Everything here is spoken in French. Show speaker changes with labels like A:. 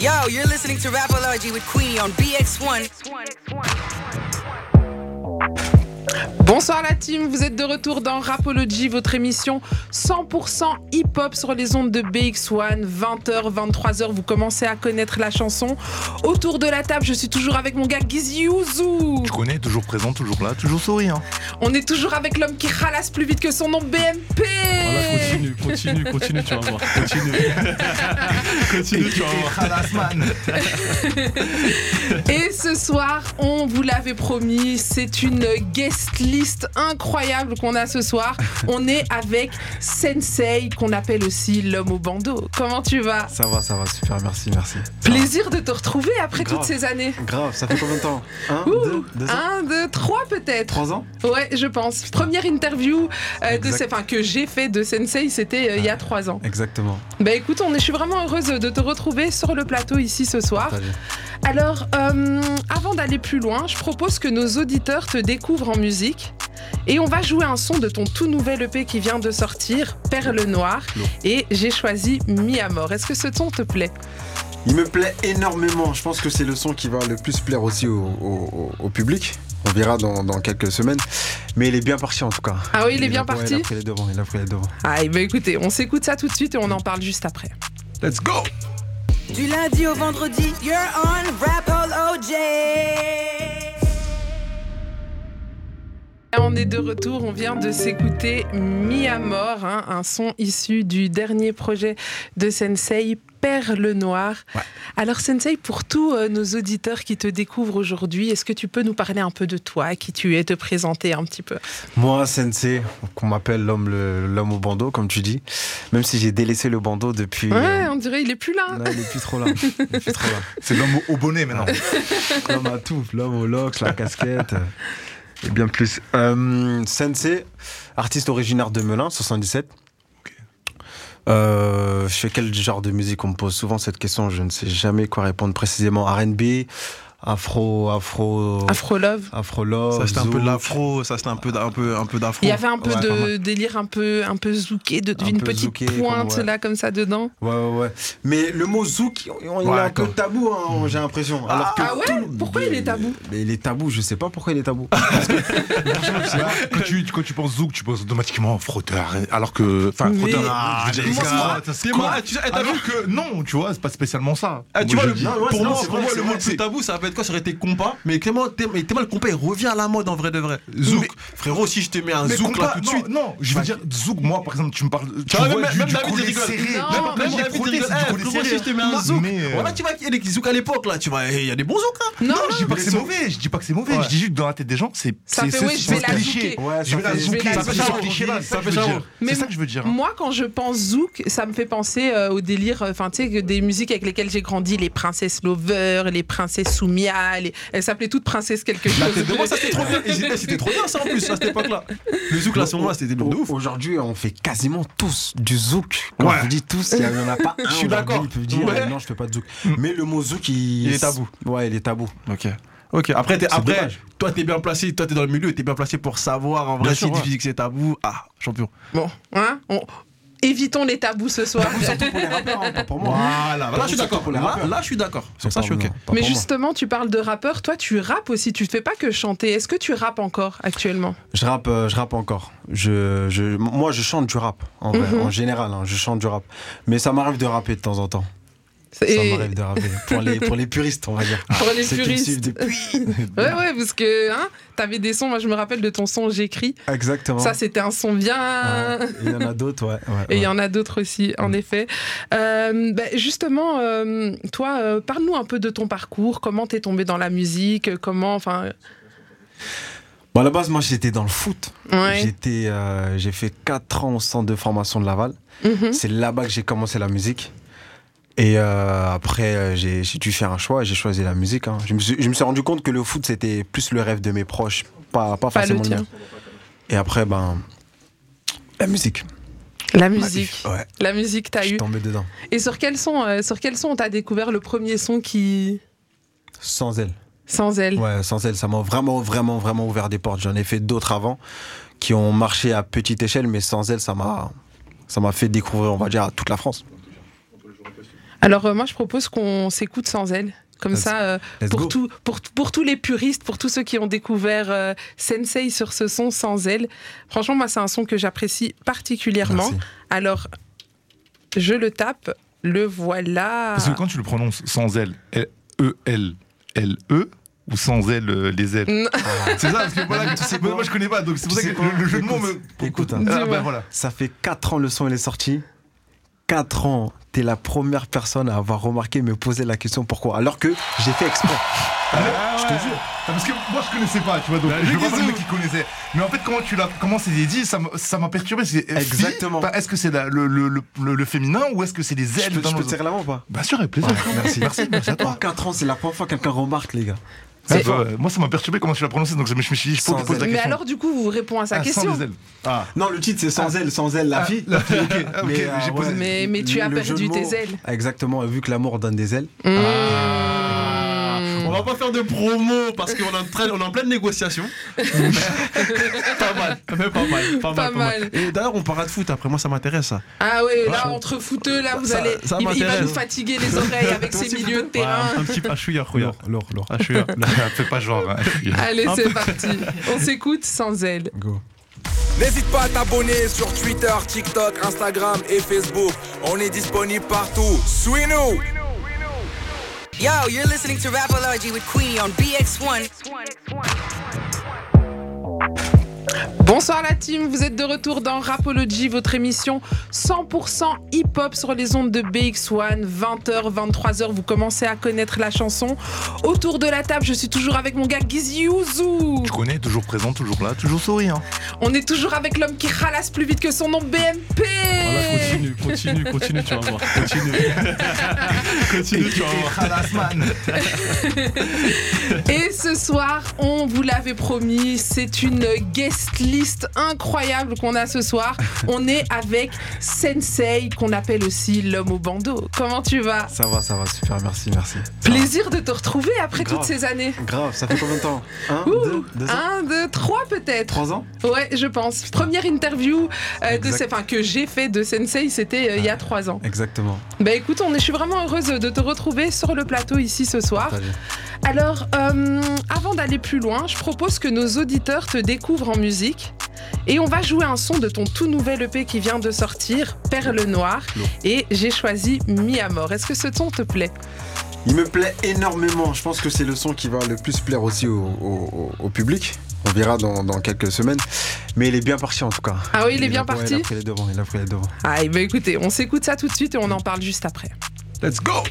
A: Yo, you're listening to Rapology with Queenie on BX1.
B: Bonsoir la team, vous êtes de retour dans Rapology, votre émission 100% hip-hop sur les ondes de BX1, 20h, 23h, vous commencez à connaître la chanson. Autour de la table, je suis toujours avec mon gars Gizzy Youzou.
C: Tu connais, toujours présent, toujours là, toujours souriant.
D: hein.
B: On est toujours avec l'homme qui ralasse plus vite que son nom BMP.
D: Voilà, continue, continue, continue, tu vas voir. Continue. continue, tu vas voir.
B: Et ce soir, on vous l'avait promis, c'est une guest list incroyable qu'on a ce soir. On est avec Sensei, qu'on appelle aussi l'homme au bandeau. Comment tu vas
D: Ça va, ça va, super, merci, merci.
B: Plaisir de te retrouver après
D: Grave.
B: toutes ces années.
D: Grave, ça fait combien de temps Un,
B: Ouh,
D: deux, deux ans
B: Un, deux, trois peut-être.
D: Trois ans
B: Ouais, je pense. Première interview euh, de
D: Exact. Ah.
B: ce- enfin, que j'ai fait de Sensei, c'était euh, il y a trois ans.
D: Exactement.
B: Bah écoute, on est, je suis vraiment heureuse de te retrouver sur le plateau ici ce
E: Ah.
B: soir.
D: partagé.
B: Alors, euh, avant d'aller plus loin, je propose que nos auditeurs te découvrent en musique. Et on va jouer un son de ton tout nouvel EP qui vient de sortir, Perle Noire.
D: Lourd.
B: Et j'ai choisi Mi Amor. Est-ce que ce ton te plaît
E: Il me plaît énormément. Je pense que c'est le son qui va le plus plaire aussi au, au- au public. On verra dans, dans quelques semaines. Mais il est bien parti en tout cas.
B: Ah oui, il est
E: a-
B: bien
E: ouais,
B: parti
E: Il a pris les devants. Il a pris les devants.
B: Ah, bah écoutez, on s'écoute ça tout de suite et on en parle juste après.
D: Let's go
A: Du lundi au vendredi, you're on Rapology.
B: Là, On est de retour, on vient de s'écouter Mi Amor, hein, un son issu du dernier projet de Sensei, Perle Noire.
D: Ouais.
B: Alors Sensei, pour tous euh, nos auditeurs qui te découvrent aujourd'hui, est-ce que tu peux nous parler un peu de toi, qui tu es, te présenter un petit peu
E: Moi, Sensei, qu'on m'appelle l'homme le- l'homme au bandeau, comme tu dis. Même si j'ai délaissé le bandeau depuis.
B: Ouais,
E: euh,
B: on dirait il est plus là.
E: non, il est plus trop là. Il est plus trop là.
C: C'est l'homme au bonnet maintenant.
E: L'homme à tout, l'homme au locks, la casquette. euh, Et bien plus. Euh, Sensei, artiste originaire de Melun, 77. Euh, je fais quel genre de musique On me pose souvent cette question, je ne sais jamais quoi répondre précisément. RB, afro, afro.
B: Afro Love.
E: Afro love.
D: Ça c'était un peu de
E: zouk.
D: l'afro, ça c'était un peu, d- un peu, un peu d'afro.
B: Il y avait un peu
E: ouais, pas
B: de délire un peu un peu zouké, de,
E: Un
B: une
E: peu
B: petite
E: zouké, comme,
B: pointe
E: ouais.
B: là comme ça dedans.
E: Ouais, ouais, ouais. Mais le mot zouk, il il
D: Ouais,
E: est un peu
D: d'accord.
E: tabou, hein, j'ai l'impression. Alors que
B: ah ouais
E: tout-
B: Pourquoi il est tabou Ah,
E: Mais il est tabou, je sais pas pourquoi il est tabou.
D: Ah,
C: quand, tu, quand tu penses zouk, tu penses automatiquement frotteur. Alors que. Enfin,
B: Mais-
C: frotteur.
E: Ah,
C: je veux dire,
E: mais
C: il se
E: moi-
C: frotte, il se
D: mais moi,
C: frotte.
D: tu- eh, t'as
C: Alors que non, tu vois, c'est pas spécialement ça.
D: Ah, tu
C: Moi,
D: vois,
C: je
D: le-
C: dis-
E: non, ouais,
D: pour
E: non,
D: moi,
E: c'est
D: pour
E: vrai,
D: moi,
E: c'est
D: le
E: vrai,
D: mot le plus
E: c'est-
D: tabou, ça va être quoi Ça aurait été compas. Mais Clément, Téma- Téma, le compas, il revient à la mode en vrai de vrai. Zouk. Frérot, si je te mets un
C: Mais
D: zouk
C: compas,
D: là tout de
C: non,
D: suite.
C: Non, je veux dire, zouk, moi par exemple, tu me parles. Tu
D: vois,
C: vois,
D: même-
C: du-
D: même
C: du
D: David, il
C: collet
D: rigole.
C: serré.
B: Non,
C: Même- même
D: Même
C: David,
D: David, il
C: il
D: rigole.
C: rigole.
D: Eh,
C: Eh,
D: frérot,
C: frérot,
D: si je te mets un zouk.
C: Mais, euh,
D: Voilà, tu vois qu'il y a des zouks à l'époque là. Tu vois, il y a des bons zouks hein.
B: Non,
D: là.
C: Non, je dis pas que c'est
D: Mais
C: mauvais, je dis pas que c'est mauvais,
D: Ouais.
C: je dis juste que dans la tête des gens, c'est
B: Ça
C: c'est
B: fait,
C: ce-
B: ouais, je vais
C: ce
B: la
C: cliché.
B: zouker.
E: Ouais,
C: Je vais la
B: je vais
C: zouker,
B: la
C: ça fait
D: zouker.
C: ce cliché-là,
D: Ça
C: ça
D: fait
C: que je veux
D: genre.
C: dire.
B: Mais
C: C'est ça que je veux dire. hein.
B: Moi, quand je pense zouk, ça me fait penser euh, au délire, enfin, tu sais, que des musiques avec lesquelles j'ai grandi, les princesses Lover, les princesses Soumia, les- elles s'appelaient toutes princesses quelque
D: La
B: chose.
D: tête de moi, ça c'était trop bien. Et c'était- C'était trop bien ça en plus à cette époque-là. Le zouk là sur moi, c'était de
E: Au-
D: ouf.
E: Aujourd'hui, on fait quasiment tous du zouk. Quand
D: Ouais.
E: je dis tous, il n'y en a pas un.
D: Je suis
E: aujourd'hui
D: d'accord.
E: qui peut dire
D: Ouais.
E: euh, non, je fais pas de zouk. Mais le mot zouk, il...
D: Il est tabou.
E: Ouais, il est tabou.
D: Ok. Ok, après, t'es-
E: C'est
D: après
E: dommage.
D: toi t'es bien placé, toi t'es dans le milieu, t'es bien placé pour savoir en
C: Bien
D: vrai
C: sûr,
D: si
C: ouais.
D: physique c'est tabou. Ah, champion.
B: Bon, hein, on- évitons les tabous ce soir.
E: Tabou surtout pour les rappeurs, hein, pas pour moi.
D: Voilà, Ah, bah là je suis
E: surtout
D: d'accord.
E: pour les
D: Là,
E: rappeurs.
D: là, je suis d'accord. Sur
E: Pas
D: ça, je suis
E: pour-
D: ok.
E: non, pas
B: Mais
E: pour moi.
B: justement, tu parles de rappeur, toi, tu rappes aussi, tu ne fais pas que chanter. Est-ce que tu rappes encore actuellement
E: Je rappe, euh, je rappe encore. Je, je, moi, je chante du rap, en, vrai,
B: Mhm.
E: en général. hein, je chante du rap. Mais ça m'arrive de rapper de temps en temps. Ça
B: Et-
E: m'arrive de rapper. Pour les, pour les puristes, on va dire.
B: Pour les
E: Ceux qui me
B: puristes.
E: suivent depuis.
B: Ouais, ouais, parce que, hein, t'avais des sons, moi je me rappelle de ton son J'écris.
E: Exactement.
B: Ça, c'était un son bien.
E: Oh. Ouais. Il y en a d'autres, ouais. ouais,
B: Et il
E: ouais.
B: y en a d'autres aussi,
E: Mm.
B: en effet. Euh, ben, justement, euh, toi, euh, parle-nous un peu de ton parcours. Comment t'es tombé dans la musique euh, Comment, enfin,
E: Bon, à la base, moi, j'étais dans le foot.
B: ouais.
E: J'étais, euh, j'ai fait 4 ans au centre de formation de Laval.
B: Mhm.
E: C'est là-bas que j'ai commencé la musique. Et euh, après, euh, j'ai j'ai dû faire un choix et j'ai choisi la musique. hein. Je, me suis, je me suis rendu compte que le foot, c'était plus le rêve de mes proches, pas, pas,
B: Pas le
E: forcément le
B: tien.
E: mien. Et après, ben, la musique.
B: La musique,
E: Ouais,
B: la musique,
E: je
B: t'as
E: suis
B: eu.
E: tombé dedans.
B: Et sur quel son, euh, sur quel son on t'a découvert le premier son qui,
E: Sans elle.
B: sans elle
E: Ouais, sans elle, ça m'a vraiment, vraiment, vraiment ouvert des portes. J'en ai fait d'autres avant qui ont marché à petite échelle, mais sans elle, ça m'a ça m'a fait découvrir, on va dire, à toute la France.
B: Alors, euh, moi, je propose qu'on s'écoute sans elle. Comme
E: Let's-
B: ça, euh,
E: let's go.
B: pour, tout- pour, pour tous les puristes, pour tous ceux qui ont découvert euh, Sensei sur ce son sans elle, franchement, moi, c'est un son que j'apprécie particulièrement.
E: Merci.
B: Alors, je le tape, le voilà.
C: Parce que quand tu le prononces sans L, E, L- E-L-L-E, ou sans L, euh, les ailes.
B: Non.
C: C'est ça, parce que voilà,
E: Tu sais
C: moi,
E: quoi
C: moi, je connais pas, donc c'est pour
E: Tu
C: ça que
E: sais quoi
C: le, le jeu de mots me.
E: Écoute, hein.
C: Ah,
B: Dis-moi.
C: bah, voilà.
E: Ça fait 4 ans le son il est sorti. 4 ans, t'es la première personne à avoir remarqué me poser la question pourquoi. Alors que j'ai fait exprès. Ah,
C: je te jure. Ah, parce que moi je connaissais pas, tu vois,
E: Bah,
C: donc je vois pas le mec qui connaissait. Mais en fait, comment tu l'as, comment c'est dit, ça m'a- ça m'a perturbé. c'est fille,
E: Exactement.
C: pas- Est-ce que c'est la- le, le, le- le- le féminin ou est-ce que c'est les
E: Je
C: ailes
E: peux,
C: dans
E: je peux
C: nos-
E: te serrer la main ou pas
C: Bien sûr, avec plaisir.
E: Merci.
C: Merci, merci à toi.
E: 4 ans, c'est la première fois que quelqu'un remarque, les gars.
C: Ah bah, euh, moi, ça m'a perturbé comment tu l'as prononcé, donc je me je me suis dit, il faut que je
E: Sans
C: pose la
B: Mais
C: question.
B: alors, du coup, vous répondez à sa
C: Ah,
B: question.
C: Sans les ailes. Ah.
E: Non, le titre c'est Sans elle, sans elle, la
C: Ah,
E: fille.
C: la fille, ok. Ah, ok,
E: Mais, euh,
C: j'ai posé-
B: Mais- mais tu as
E: le jeu de
B: perdu tes
E: mots-
B: ailes.
E: Exactement, vu que l'amour donne des ailes.
B: Mmh.
C: Ah.
D: On va pas faire de promo parce qu'on est en train- on est en pleine négociation. pas mal, mais pas mal, pas mal,
B: Pas
D: pas mal.
B: mal.
D: Et d'ailleurs, on parlera de foot après. Moi, ça m'intéresse ça.
B: Ah oui, là, entre fouteux, là, vous
D: Ça-
B: allez.
D: ça
B: il, il va
D: m'intéresse.
B: nous fatiguer les oreilles avec ses milieux de terrain.
D: Ouais, un petit peu à chouillard, chouillard.
E: lourd, lourd.
D: À chouillard.
C: Fais pas genre. hein.
B: Allez, c'est parti. On s'écoute sans elle.
E: Go.
F: N'hésite pas à t'abonner sur Twitter, TikTok, Instagram et Facebook. On est disponible partout. Suis-nous!
A: Yo, you're listening to Rapology with Queenie on BX1.
B: Bonsoir la team, vous êtes de retour dans Rapology, votre émission 100% hip-hop sur les ondes de BX1, 20h, 23h, vous commencez à connaître la chanson. Autour de la table, je suis toujours avec mon gars Gizzy Youzou.
C: Tu connais, toujours présent, toujours là, toujours souriant.
B: On est toujours avec l'homme qui ralasse plus vite que son nom BMP.
E: Oh,
D: Voilà, continue, continue, continue, tu vas voir. Continue. continue, tu vas voir.
B: Et ce soir, on vous l'avait promis, c'est une guest list incroyable qu'on a ce soir. On est avec Sensei, qu'on appelle aussi l'homme au bandeau. Comment tu vas
E: Ça va, ça va, super, merci, merci.
B: Plaisir de te retrouver après
E: Grave.
B: toutes ces années.
E: Grave, ça fait combien de temps 1,
B: Ouh,
E: 2, 2 ans
B: Un, deux, trois peut-être.
E: 3 ans
B: Ouais, je pense. Première interview euh, de
E: Exact. Ah.
B: ce- enfin, que j'ai fait de Sensei, c'était euh, il y a trois ans.
E: Exactement.
B: Bah écoute, on est, je suis vraiment heureuse de te retrouver sur le plateau ici ce soir.
E: Partagé.
B: Alors, euh, avant d'aller plus loin, je propose que nos auditeurs te découvrent en musique. Et on va jouer un son de ton tout nouvel EP qui vient de sortir, Perle Noire.
E: Lourd.
B: Et j'ai choisi Mi Amor. Est-ce que ce ton te plaît
E: Il me plaît énormément. Je pense que c'est le son qui va le plus plaire aussi au, au- au public. On verra dans, dans quelques semaines. Mais il est bien parti en tout cas.
B: Ah oui, il est bien
E: a- ouais,
B: parti eh ben,
E: Il a pris les devants. Il a pris les devants.
B: Ah, bah écoutez, on s'écoute ça tout de suite et on en parle juste après.
D: Let's go!